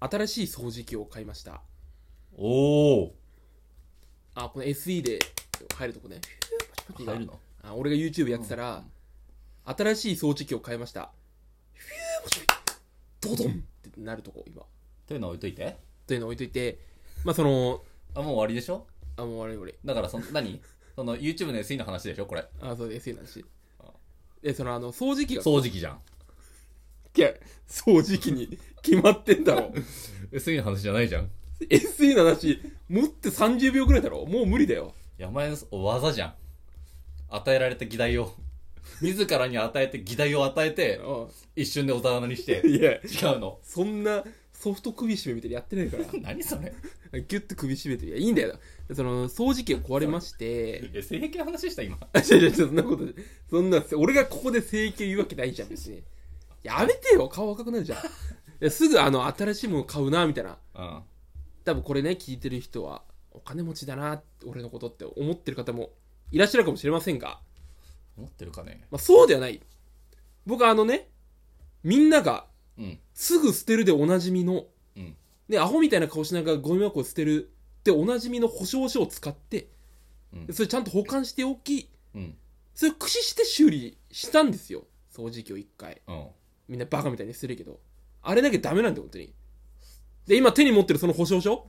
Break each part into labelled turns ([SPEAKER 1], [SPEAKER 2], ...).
[SPEAKER 1] 新しい掃除機を買いました
[SPEAKER 2] おお
[SPEAKER 1] あこの SE で入るとこねパチパチが
[SPEAKER 2] 入るの
[SPEAKER 1] あ俺が YouTube やってたら、新しい掃除機を買いましたドドンってなるとこ今
[SPEAKER 2] というのは置いといて
[SPEAKER 1] というのを置いといてまあその
[SPEAKER 2] あもう終わりでしょ
[SPEAKER 1] あもう悪い俺
[SPEAKER 2] だからその何その YouTube の SE の話でしょこれ
[SPEAKER 1] あそうで SE なんしでそのあの掃除機が
[SPEAKER 2] 掃除機じゃん
[SPEAKER 1] いや掃除機に決まってんだろ
[SPEAKER 2] SE の話じゃないじゃんい
[SPEAKER 1] SE の話持って30秒ぐらいだろもう無理だよ
[SPEAKER 2] やお前のお技じゃん与えられた議題を自らに与えて議題を与えて
[SPEAKER 1] う
[SPEAKER 2] 一瞬でおざなりし
[SPEAKER 1] ん
[SPEAKER 2] て
[SPEAKER 1] いや
[SPEAKER 2] 違うの
[SPEAKER 1] そんなソフト首絞めみたいにやってないから
[SPEAKER 2] 何それ
[SPEAKER 1] ギュッと首絞めていやいいんだよその掃除機が壊れま して
[SPEAKER 2] え性癖の話した今
[SPEAKER 1] あ違う違う違うそんなことそんな俺がここで整形言うわけないじゃん別にやめてよ顔赤くなるじゃんいやすぐあの新しいもの買うなみたいな
[SPEAKER 2] うん
[SPEAKER 1] 多分これね聞いてる人はお金持ちだな俺のことって思ってる方もいらっしゃるかもしれませんが、
[SPEAKER 2] 思ってるかね
[SPEAKER 1] まあ、そうではない僕はあのねみんなが
[SPEAKER 2] うん
[SPEAKER 1] すぐ捨てるでおなじみの、
[SPEAKER 2] うん
[SPEAKER 1] ね、アホみたいな顔しながらゴミ箱を捨てるっておなじみの保証書を使って、
[SPEAKER 2] うん
[SPEAKER 1] でそれちゃんと保管しておき
[SPEAKER 2] うん
[SPEAKER 1] それを駆使して修理したんですよ掃除機を一回
[SPEAKER 2] うん
[SPEAKER 1] みんなバカみたいに捨てるけどあれだけダメなんだよ本当にで今手に持ってるその保証書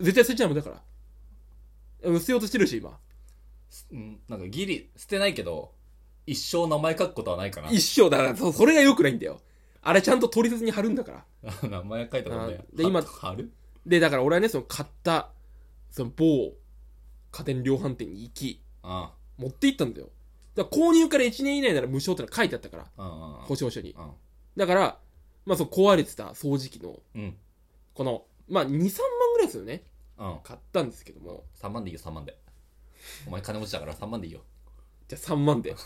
[SPEAKER 1] 絶対捨てちゃうもんだからうん捨てようとしてるし今
[SPEAKER 2] うんなんかギリ捨てないけど一生名前書くことはないかな
[SPEAKER 1] 一生だからそそれが良くないんだよあれちゃんと取説に貼るんだから
[SPEAKER 2] あ 名前書いたことね
[SPEAKER 1] あで今
[SPEAKER 2] は貼る
[SPEAKER 1] でだから俺はねその買ったその某家電量販店に行き
[SPEAKER 2] あ
[SPEAKER 1] 持って行ったんだよだから購入から1年以内なら無償ってのは書いてあったから
[SPEAKER 2] ああ
[SPEAKER 1] 保証書に
[SPEAKER 2] ああ
[SPEAKER 1] だからまあその壊れてた掃除機の
[SPEAKER 2] うん
[SPEAKER 1] このまあ23万ぐらいですよね
[SPEAKER 2] うん
[SPEAKER 1] 買ったんですけども
[SPEAKER 2] 3万でいいよ3万でお前金持ちだから3万でいいよ
[SPEAKER 1] じゃあ3万で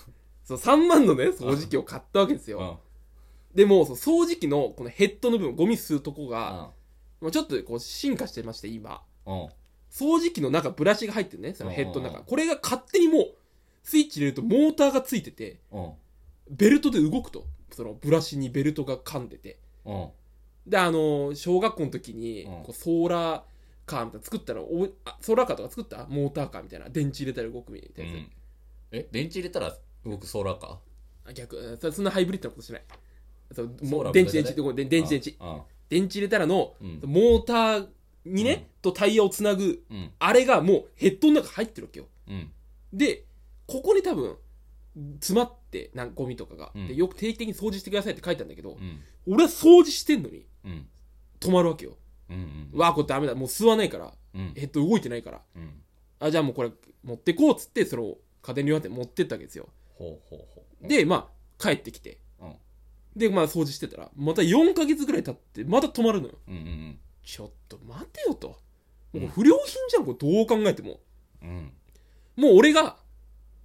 [SPEAKER 1] そう3万のね掃除機を買ったわけです
[SPEAKER 2] う
[SPEAKER 1] よ、
[SPEAKER 2] ん
[SPEAKER 1] でもそう掃除機のこのヘッドの部分ゴミ吸うとこ
[SPEAKER 2] う
[SPEAKER 1] が、
[SPEAKER 2] ん
[SPEAKER 1] まあちょっとこう進化してまして今
[SPEAKER 2] うん
[SPEAKER 1] 掃除機の中ブラシが入ってるねそのヘッドの
[SPEAKER 2] うんうん
[SPEAKER 1] 中
[SPEAKER 2] うん
[SPEAKER 1] これが勝手にもうスイッチ入れるとモーターがついてて
[SPEAKER 2] うん
[SPEAKER 1] ベルトで動くとそのブラシにベルトが噛んでて
[SPEAKER 2] うん
[SPEAKER 1] であの小学校の時に
[SPEAKER 2] うん
[SPEAKER 1] こうソーラーカーみたいなの作ったのおあソーラーカーとか作ったモーターカーみたいな電池入れたら動くみた
[SPEAKER 2] う
[SPEAKER 1] いなやつ、
[SPEAKER 2] んえ電池入れたら動くソーラーか
[SPEAKER 1] あ逆うんそそんなハイブリッドなことしないそう
[SPEAKER 2] ソー
[SPEAKER 1] も
[SPEAKER 2] ラ
[SPEAKER 1] う
[SPEAKER 2] ー
[SPEAKER 1] 電池電
[SPEAKER 2] 無
[SPEAKER 1] 池
[SPEAKER 2] 駄じゃ
[SPEAKER 1] 電池電池電池
[SPEAKER 2] うん
[SPEAKER 1] 電池入れたらの
[SPEAKER 2] うん
[SPEAKER 1] モーターにね、とタイヤをつなぐ
[SPEAKER 2] うん
[SPEAKER 1] あれがもうヘッドの中入ってるわけよ
[SPEAKER 2] うん
[SPEAKER 1] でここに多分詰まってなんかゴミとかが、
[SPEAKER 2] うん
[SPEAKER 1] でよく定期的に掃除してくださいって書いてあるんだけど、
[SPEAKER 2] うん
[SPEAKER 1] 俺は掃除してんのに
[SPEAKER 2] うん
[SPEAKER 1] 止まるわけよ、
[SPEAKER 2] うんうん
[SPEAKER 1] わあこれダメだもう吸わないから
[SPEAKER 2] うん
[SPEAKER 1] ヘッド動いてないから
[SPEAKER 2] うん
[SPEAKER 1] あじゃあもうこれ持ってこうっつってその家電量販店持ってったわけですよ
[SPEAKER 2] ほうほうほう
[SPEAKER 1] でまあ帰ってきて
[SPEAKER 2] うん
[SPEAKER 1] でまあ掃除してたらまた4ヶ月ぐらい経ってまた止まるのよ
[SPEAKER 2] うんうん
[SPEAKER 1] ちょっと待てよともうこれ不良品じゃんこれどう考えても
[SPEAKER 2] うん
[SPEAKER 1] もう俺が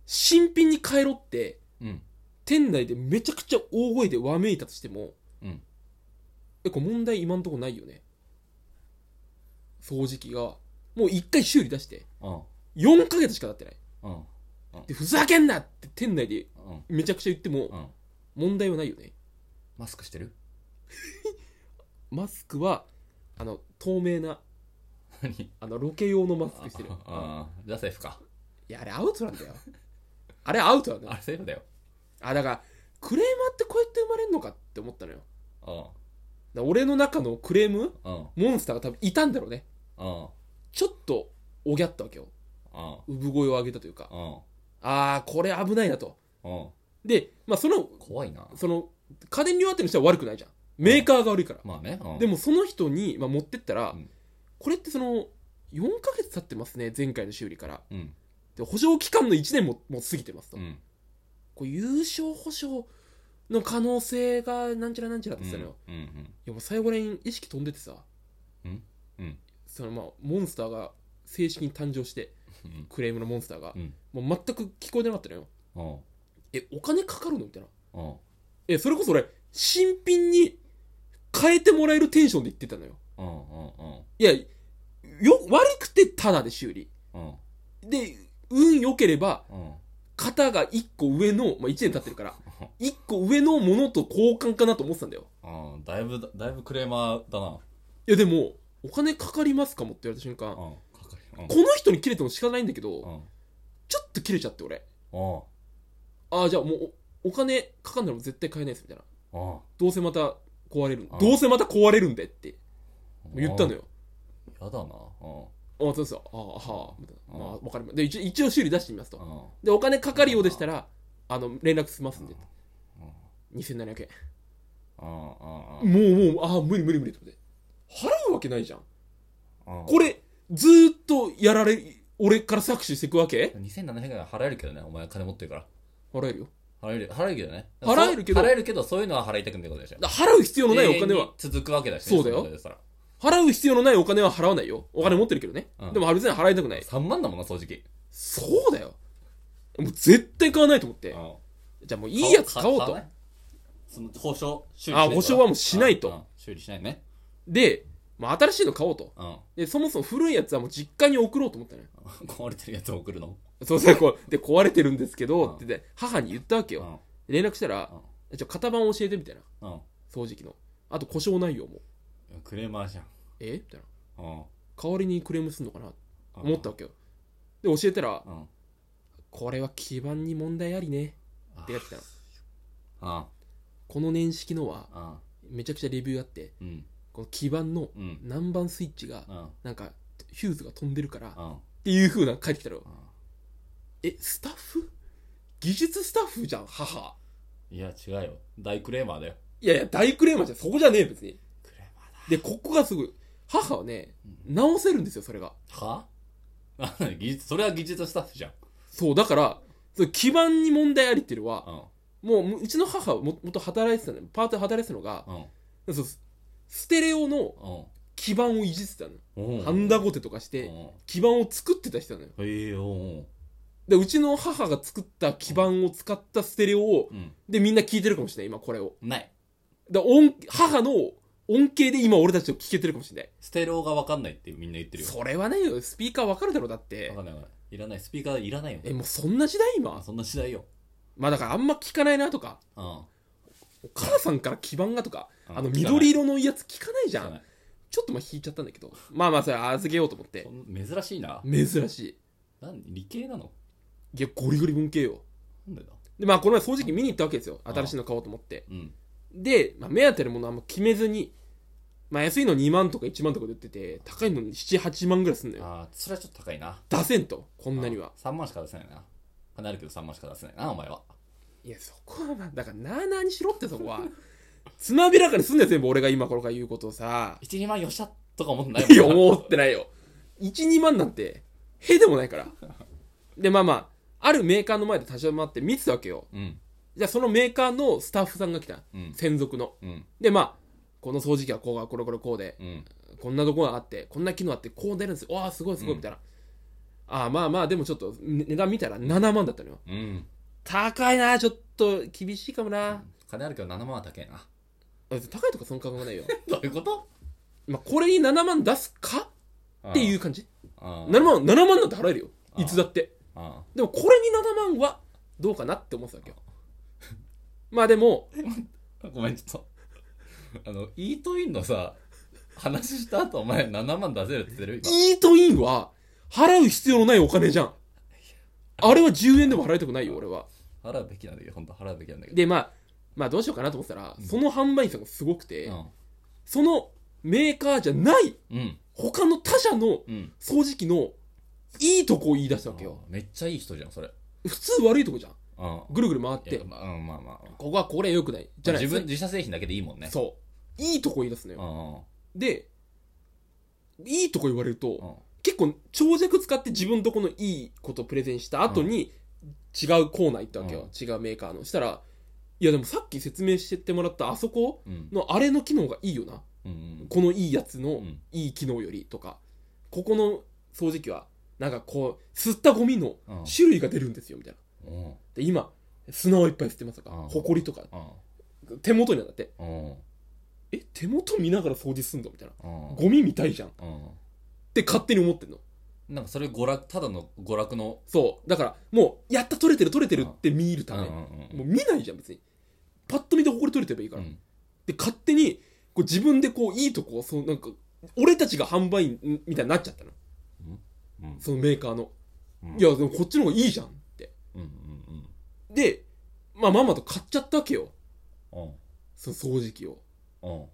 [SPEAKER 1] 新品に変えろって
[SPEAKER 2] うん
[SPEAKER 1] 店内でめちゃくちゃ大声でわめいたとしても、
[SPEAKER 2] うん
[SPEAKER 1] えこれ問題今んとこないよね掃除機がもう1回修理出して
[SPEAKER 2] うん
[SPEAKER 1] 4ヶ月しか経ってない
[SPEAKER 2] うん
[SPEAKER 1] でふざけんなって店内で
[SPEAKER 2] うん
[SPEAKER 1] めちゃくちゃ言っても
[SPEAKER 2] うん
[SPEAKER 1] 問題はないよね
[SPEAKER 2] マスクしてる
[SPEAKER 1] マスクはあの透明な
[SPEAKER 2] 何
[SPEAKER 1] あのロケ用のマスクしてる
[SPEAKER 2] ああじゃあセーフか
[SPEAKER 1] いやあれアウトなんだよあれアウトなんだ
[SPEAKER 2] あ
[SPEAKER 1] よ
[SPEAKER 2] れセーフだよ
[SPEAKER 1] あだからクレーマーってこうやって生まれるのかって思ったのよだか
[SPEAKER 2] う
[SPEAKER 1] ら俺の中のクレーム
[SPEAKER 2] んうん
[SPEAKER 1] モンスターが多分いたんだろうね
[SPEAKER 2] うん
[SPEAKER 1] ちょっとおぎゃったわけよ
[SPEAKER 2] うん
[SPEAKER 1] 産声を上げたというか
[SPEAKER 2] うん
[SPEAKER 1] あーこれ危ないなと
[SPEAKER 2] うん
[SPEAKER 1] でまあその
[SPEAKER 2] 怖いな
[SPEAKER 1] その家電量販店の人は悪くないじゃんメーカーが悪いから、
[SPEAKER 2] まあねうん
[SPEAKER 1] でもその人に、まあ、持ってったら、
[SPEAKER 2] うん
[SPEAKER 1] これってその4ヶ月経ってますね前回の修理から
[SPEAKER 2] うん
[SPEAKER 1] で保証期間の1年ももう過ぎてますと、
[SPEAKER 2] うん
[SPEAKER 1] こう優勝保証の可能性がなんちゃらなんちゃらって言ってたのよ、
[SPEAKER 2] うんうん
[SPEAKER 1] いやもう最後らへん意識飛んでてさ
[SPEAKER 2] うんうん
[SPEAKER 1] そのまあモンスターが正式に誕生して
[SPEAKER 2] うん
[SPEAKER 1] クレームのモンスターが
[SPEAKER 2] う、ん
[SPEAKER 1] もう全く聞こえてなかったのよ
[SPEAKER 2] うん
[SPEAKER 1] えお金かかるのみたいな
[SPEAKER 2] うん
[SPEAKER 1] えそれこそ俺新品に変えてもらえるテンションで言ってたのよ
[SPEAKER 2] うんうんうん
[SPEAKER 1] いやよ悪くてタダで修理
[SPEAKER 2] うん
[SPEAKER 1] で運良ければ
[SPEAKER 2] うん
[SPEAKER 1] 型が1個上の、まあ、1年経ってる から1個上のものと交換かなと思ってたんだよ
[SPEAKER 2] うんだいぶだいぶクレーマーだな
[SPEAKER 1] いやでもお金かかりますかもって言われた瞬間こ
[SPEAKER 2] うんかかるうん
[SPEAKER 1] の人に切れても仕方ないんだけど
[SPEAKER 2] うん
[SPEAKER 1] ちょっと切れちゃって俺
[SPEAKER 2] うん
[SPEAKER 1] ああじゃあもうおお金かかんなら絶対買えないですみたいな
[SPEAKER 2] うん
[SPEAKER 1] どうせまた壊れる
[SPEAKER 2] あ
[SPEAKER 1] どうせまた壊れるんでって言ったのよ
[SPEAKER 2] やだなうん
[SPEAKER 1] あそうそうああはあみたいな
[SPEAKER 2] あ
[SPEAKER 1] まあわかりますで一一応修理出してみますと
[SPEAKER 2] うん
[SPEAKER 1] でお金かかるようでしたらあの連絡しますんで
[SPEAKER 2] うん
[SPEAKER 1] 2700円
[SPEAKER 2] うんうんうん
[SPEAKER 1] もうもうああ無理無理無理ってことで払うわけないじゃん
[SPEAKER 2] うん
[SPEAKER 1] これずーっとやられ俺から搾取していくわけ
[SPEAKER 2] 2700円払えるけどねお前金持ってるから
[SPEAKER 1] 払えるよ
[SPEAKER 2] 払える払えるけどね
[SPEAKER 1] 払えるけど
[SPEAKER 2] そう払えるけどそういうのは払いたくないことでしょ
[SPEAKER 1] だ払う必要のないお金
[SPEAKER 2] 永遠
[SPEAKER 1] は
[SPEAKER 2] に続くわけだし
[SPEAKER 1] そうだよ
[SPEAKER 2] いことで
[SPEAKER 1] 払う必要のないお金は払わないよお金持ってるけどね、
[SPEAKER 2] うん
[SPEAKER 1] でも別に払いたくない
[SPEAKER 2] 3万だもんな正直
[SPEAKER 1] そうだよもう絶対買わないと思って
[SPEAKER 2] うん
[SPEAKER 1] じゃあもういいやつ買おう
[SPEAKER 2] 買
[SPEAKER 1] と
[SPEAKER 2] わないその保証修
[SPEAKER 1] あ保証はもうしないと
[SPEAKER 2] うんうん修理しないね
[SPEAKER 1] で、まあ、新しいの買おうと
[SPEAKER 2] うん
[SPEAKER 1] でそもそも古いやつはもう実家に送ろうと思ったのよ
[SPEAKER 2] 壊れてるやつを送るの
[SPEAKER 1] そうそうこうで壊れてるんですけ
[SPEAKER 2] う
[SPEAKER 1] ど
[SPEAKER 2] ん
[SPEAKER 1] って、で母に言ったわけ
[SPEAKER 2] う
[SPEAKER 1] よ
[SPEAKER 2] ん
[SPEAKER 1] 連絡したら「ちょ型番教えて」みたいな
[SPEAKER 2] うん
[SPEAKER 1] 掃除機のあと故障内容も
[SPEAKER 2] クレーマーじゃん
[SPEAKER 1] 「えみたいな
[SPEAKER 2] うん
[SPEAKER 1] 代わりにクレームすんのかな
[SPEAKER 2] うん
[SPEAKER 1] 思ったわけよで教えたら
[SPEAKER 2] うん
[SPEAKER 1] 「これは基盤に問題ありね」ってやってたの
[SPEAKER 2] うん
[SPEAKER 1] この年式のは
[SPEAKER 2] うん
[SPEAKER 1] めちゃくちゃレビューあって
[SPEAKER 2] うん
[SPEAKER 1] この基盤の
[SPEAKER 2] うん
[SPEAKER 1] 何番スイッチが
[SPEAKER 2] うん
[SPEAKER 1] なんかヒューズが飛んでるからっ
[SPEAKER 2] うん
[SPEAKER 1] ていう風な書いてきたのよ
[SPEAKER 2] うん
[SPEAKER 1] えスタッフ技術スタッフじゃん母
[SPEAKER 2] いや違うよ大クレーマーだよ
[SPEAKER 1] いやいや大クレーマーじゃんそこじゃねえ別に
[SPEAKER 2] クレ
[SPEAKER 1] でここがすごい母はね
[SPEAKER 2] う
[SPEAKER 1] 直せるんですよそれが
[SPEAKER 2] ーマーは あ何技術それは技術スタッフじゃん
[SPEAKER 1] そうだからその基盤に問題ありっていうのは
[SPEAKER 2] うん
[SPEAKER 1] もううちの母はももっと働いてたのパートで働いてたのが
[SPEAKER 2] うん
[SPEAKER 1] そうステレオの
[SPEAKER 2] う
[SPEAKER 1] 基盤をいじってたの
[SPEAKER 2] んうん
[SPEAKER 1] ハンダゴテとかして
[SPEAKER 2] う
[SPEAKER 1] 基盤を作ってた人なのよ
[SPEAKER 2] んへえうん
[SPEAKER 1] でうちの母が作った基盤を使ったステレオを
[SPEAKER 2] うん
[SPEAKER 1] でみんな聞いてるかもしれない今これを
[SPEAKER 2] ない
[SPEAKER 1] だ音母の恩恵で今俺たちを聞けてるかもしれない
[SPEAKER 2] ステレオが分かんないってみんな言ってるよ
[SPEAKER 1] それはねスピーカーわかるだろだって
[SPEAKER 2] 分かんない分かんないいらないスピーカーいらないよ
[SPEAKER 1] えもうそんな時代今
[SPEAKER 2] そんな時代よ
[SPEAKER 1] まあだからあんま聞かないなとか
[SPEAKER 2] うん
[SPEAKER 1] お母さんから基盤がとか
[SPEAKER 2] うん
[SPEAKER 1] あの
[SPEAKER 2] 聞かない
[SPEAKER 1] 緑色のやつ聞かないじ
[SPEAKER 2] じ
[SPEAKER 1] ゃ
[SPEAKER 2] ゃ
[SPEAKER 1] ん
[SPEAKER 2] ない
[SPEAKER 1] ちょっとまあ引いちゃったんだけどまあまあそれ預けようと思って
[SPEAKER 2] そん珍しいな
[SPEAKER 1] 珍しい
[SPEAKER 2] 何理系なの
[SPEAKER 1] いやゴリゴリ文系よ
[SPEAKER 2] なんでだ
[SPEAKER 1] でまあこの前掃除機見に行ったわけですよ
[SPEAKER 2] うん
[SPEAKER 1] 新しいの買おうと思って
[SPEAKER 2] うん
[SPEAKER 1] で、まあ、目当てのものはあんま決めずに、まあ、安いの2万とか1万とかで売ってて高いの78万ぐらいすんのよ
[SPEAKER 2] ああそれはちょっと高いな
[SPEAKER 1] 出せんとこんなには
[SPEAKER 2] 3万しか出せないな金あるけど3万しか出せないなお前はい
[SPEAKER 1] やそこはまあだからなあなあにしろってそこはつまびらかにすんだよ全部俺が今これから言うことをさ
[SPEAKER 2] 12万よっしゃとか思ってない
[SPEAKER 1] いや
[SPEAKER 2] もんな
[SPEAKER 1] 思ってないよ12万なんてへでもないからでまあまああるメーカーの前で立ち止まって見てたわけよ
[SPEAKER 2] うん
[SPEAKER 1] じゃあそのメーカーのスタッフさんが来た
[SPEAKER 2] うん
[SPEAKER 1] 専属の
[SPEAKER 2] うん
[SPEAKER 1] でまあこの掃除機はこうがこれこれこうで
[SPEAKER 2] うん
[SPEAKER 1] こんなとこがあってこんな機能あってこう出るんですよわあすごいすごいみたいな、ああまあまあでもちょっとね値段見たら7万だったのよ
[SPEAKER 2] うん
[SPEAKER 1] 高いなちょっと厳しいかもな、
[SPEAKER 2] 金あるけど7万は高いな
[SPEAKER 1] あ高いとかその感覚はないよ
[SPEAKER 2] どういうこと
[SPEAKER 1] まあこれに7万出すかっていう感じ
[SPEAKER 2] あ
[SPEAKER 1] 7万7万なんて払えるよ
[SPEAKER 2] ああ
[SPEAKER 1] いつだって
[SPEAKER 2] あ
[SPEAKER 1] でもこれに7万はどうかなって思ってたわけ よまあでも
[SPEAKER 2] あごめんちょっとあ のイートインのさ話した後お前7万出せるって言ってる今
[SPEAKER 1] イートインは払う必要のないお金じゃんあれは10円でも払いたくないよ俺は
[SPEAKER 2] 払うべきなんだけど本当払うべきなんだけど
[SPEAKER 1] でまあまあどうしようかなと思ってたら、
[SPEAKER 2] うん
[SPEAKER 1] その販売員さんがすごくて、そのメーカーじゃない
[SPEAKER 2] うんうん
[SPEAKER 1] 他の他社の
[SPEAKER 2] うん
[SPEAKER 1] 掃除機のいいとこを言い出したわけよ
[SPEAKER 2] あーめっちゃいい人じゃんそれ
[SPEAKER 1] 普通悪いとこじゃん
[SPEAKER 2] うん
[SPEAKER 1] ぐるぐる回って
[SPEAKER 2] いやまあうんまあまあ
[SPEAKER 1] ここはこれ良くないじゃない
[SPEAKER 2] 自分自社製品だけでいいもんね
[SPEAKER 1] そういいとこ言い出すの
[SPEAKER 2] う
[SPEAKER 1] よ、
[SPEAKER 2] んうん
[SPEAKER 1] でいいとこ言われると、
[SPEAKER 2] うん
[SPEAKER 1] 結構長尺使って自分とこのいいことをプレゼンした後に、違うコーナー行ったわけよ、違うメーカーのしたらいやでもさっき説明してもらったあそこ
[SPEAKER 2] うん
[SPEAKER 1] のあれの機能がいいよな
[SPEAKER 2] うん
[SPEAKER 1] このいいやつ
[SPEAKER 2] う
[SPEAKER 1] の
[SPEAKER 2] ん
[SPEAKER 1] いい機能よりとか、ここの掃除機はなんかこう吸ったゴミの
[SPEAKER 2] うん
[SPEAKER 1] 種類が出るんですよみたいな
[SPEAKER 2] うん
[SPEAKER 1] で今砂をいっぱい吸ってますとか
[SPEAKER 2] うん
[SPEAKER 1] ほこりとか
[SPEAKER 2] うん
[SPEAKER 1] 手元にあって
[SPEAKER 2] うん
[SPEAKER 1] え手元見ながら掃除すんだみたいな
[SPEAKER 2] うん
[SPEAKER 1] ゴミみたいじゃんっ
[SPEAKER 2] う
[SPEAKER 1] て勝手に思ってんの
[SPEAKER 2] んなんかそれ娯楽ただの娯楽の
[SPEAKER 1] そうだからもうやった取れてる取れてるって見るため
[SPEAKER 2] うん
[SPEAKER 1] も
[SPEAKER 2] うん
[SPEAKER 1] う見ないじゃん別にパッと見てほこり取れてればいいか
[SPEAKER 2] う
[SPEAKER 1] ら
[SPEAKER 2] ん
[SPEAKER 1] で勝手にこう自分でこういいとこをそうなんか俺たちが販売員みたいになっちゃったの。
[SPEAKER 2] うん
[SPEAKER 1] そのメーカーの。
[SPEAKER 2] うん
[SPEAKER 1] いや、でもこっちの方がいいじゃんって。
[SPEAKER 2] うんうん
[SPEAKER 1] で、まあママと買っちゃったわけよ。
[SPEAKER 2] うん
[SPEAKER 1] その掃除機を。
[SPEAKER 2] うん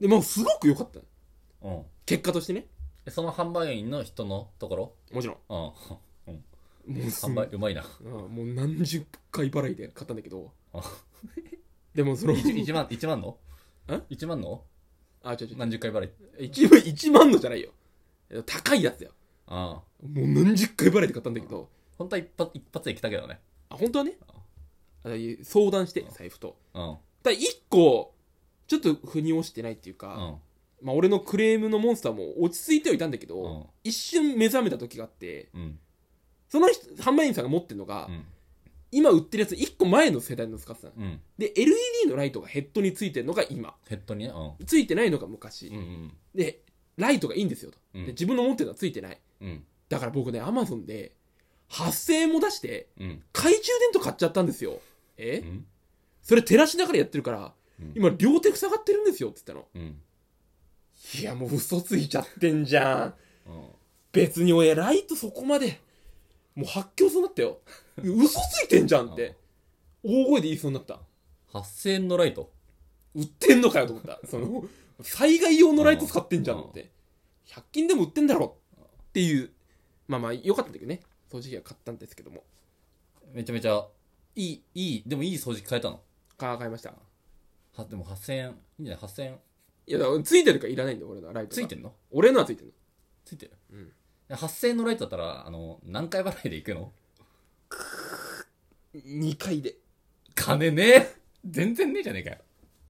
[SPEAKER 1] で、まあすごく良かったの。
[SPEAKER 2] うん
[SPEAKER 1] 結果としてね。
[SPEAKER 2] えその販売員の人のところ
[SPEAKER 1] もちろん。
[SPEAKER 2] うんうん
[SPEAKER 1] もうす
[SPEAKER 2] 販売うまいな
[SPEAKER 1] うんもう何十回払いで買ったんだけど
[SPEAKER 2] あ。
[SPEAKER 1] でもその、
[SPEAKER 2] 1, 万一万の
[SPEAKER 1] え
[SPEAKER 2] 一万の
[SPEAKER 1] あ、違う違う。
[SPEAKER 2] 何十回払い
[SPEAKER 1] 一万、一万のじゃないよ。高いやつだよ。
[SPEAKER 2] ああ
[SPEAKER 1] もう何十回払いで買ったんだけど。
[SPEAKER 2] 本当は一発一発で来たけどね
[SPEAKER 1] あ、本当はね。あ相談して、財布と。
[SPEAKER 2] うん
[SPEAKER 1] ただ一個、ちょっと腑に落ちてないっていう
[SPEAKER 2] う
[SPEAKER 1] か、
[SPEAKER 2] ん
[SPEAKER 1] まあ俺のクレームのモンスターも落ち着いてはいたんだけど、
[SPEAKER 2] うん
[SPEAKER 1] 一瞬目覚めた時があって、
[SPEAKER 2] うん
[SPEAKER 1] その人販売員さんが持ってるのが、
[SPEAKER 2] うん
[SPEAKER 1] 今売ってるやつ1個前の世代の使ってたの。
[SPEAKER 2] うん
[SPEAKER 1] で、LED のライトがヘッドについてるのが今。
[SPEAKER 2] ヘッドにねう
[SPEAKER 1] ついてないのが昔。
[SPEAKER 2] んうん
[SPEAKER 1] で、ライトがいいんですよと。
[SPEAKER 2] うん
[SPEAKER 1] で、自分の持ってるのはついてない。
[SPEAKER 2] うん
[SPEAKER 1] だから僕ね、アマゾンで、8000円も出して、
[SPEAKER 2] うん
[SPEAKER 1] 懐中電灯買っちゃったんですよ。
[SPEAKER 2] う
[SPEAKER 1] え、
[SPEAKER 2] ん
[SPEAKER 1] それ照らしながらやってるから、
[SPEAKER 2] うん
[SPEAKER 1] 今両手塞がってるんですよって言ったの。
[SPEAKER 2] うん
[SPEAKER 1] いや、もう嘘ついちゃってんじゃん。
[SPEAKER 2] うん
[SPEAKER 1] 別に俺ライトそこまでもう発狂そうになったよ嘘ついてんじゃんって大声で言いそうになった
[SPEAKER 2] 8000円のライト
[SPEAKER 1] 売ってんのかよと思ったその災害用のライト使ってんじゃんって100均でも売ってんだろっていうまあまあ良かったんだけどね掃除機は買ったんですけども
[SPEAKER 2] めちゃめちゃいいいいでもいい掃除機変えたの
[SPEAKER 1] 買いました
[SPEAKER 2] はでも8000円いいんじゃない8000円
[SPEAKER 1] いやだからついてるからいらないんだよ俺のはライトが
[SPEAKER 2] ついてんの
[SPEAKER 1] 俺のはついてる
[SPEAKER 2] ついてる、
[SPEAKER 1] うん
[SPEAKER 2] 8000円のライトだったらあの何回払いで行くの
[SPEAKER 1] の2回で
[SPEAKER 2] 金ねえ全然ねえじゃねえかよ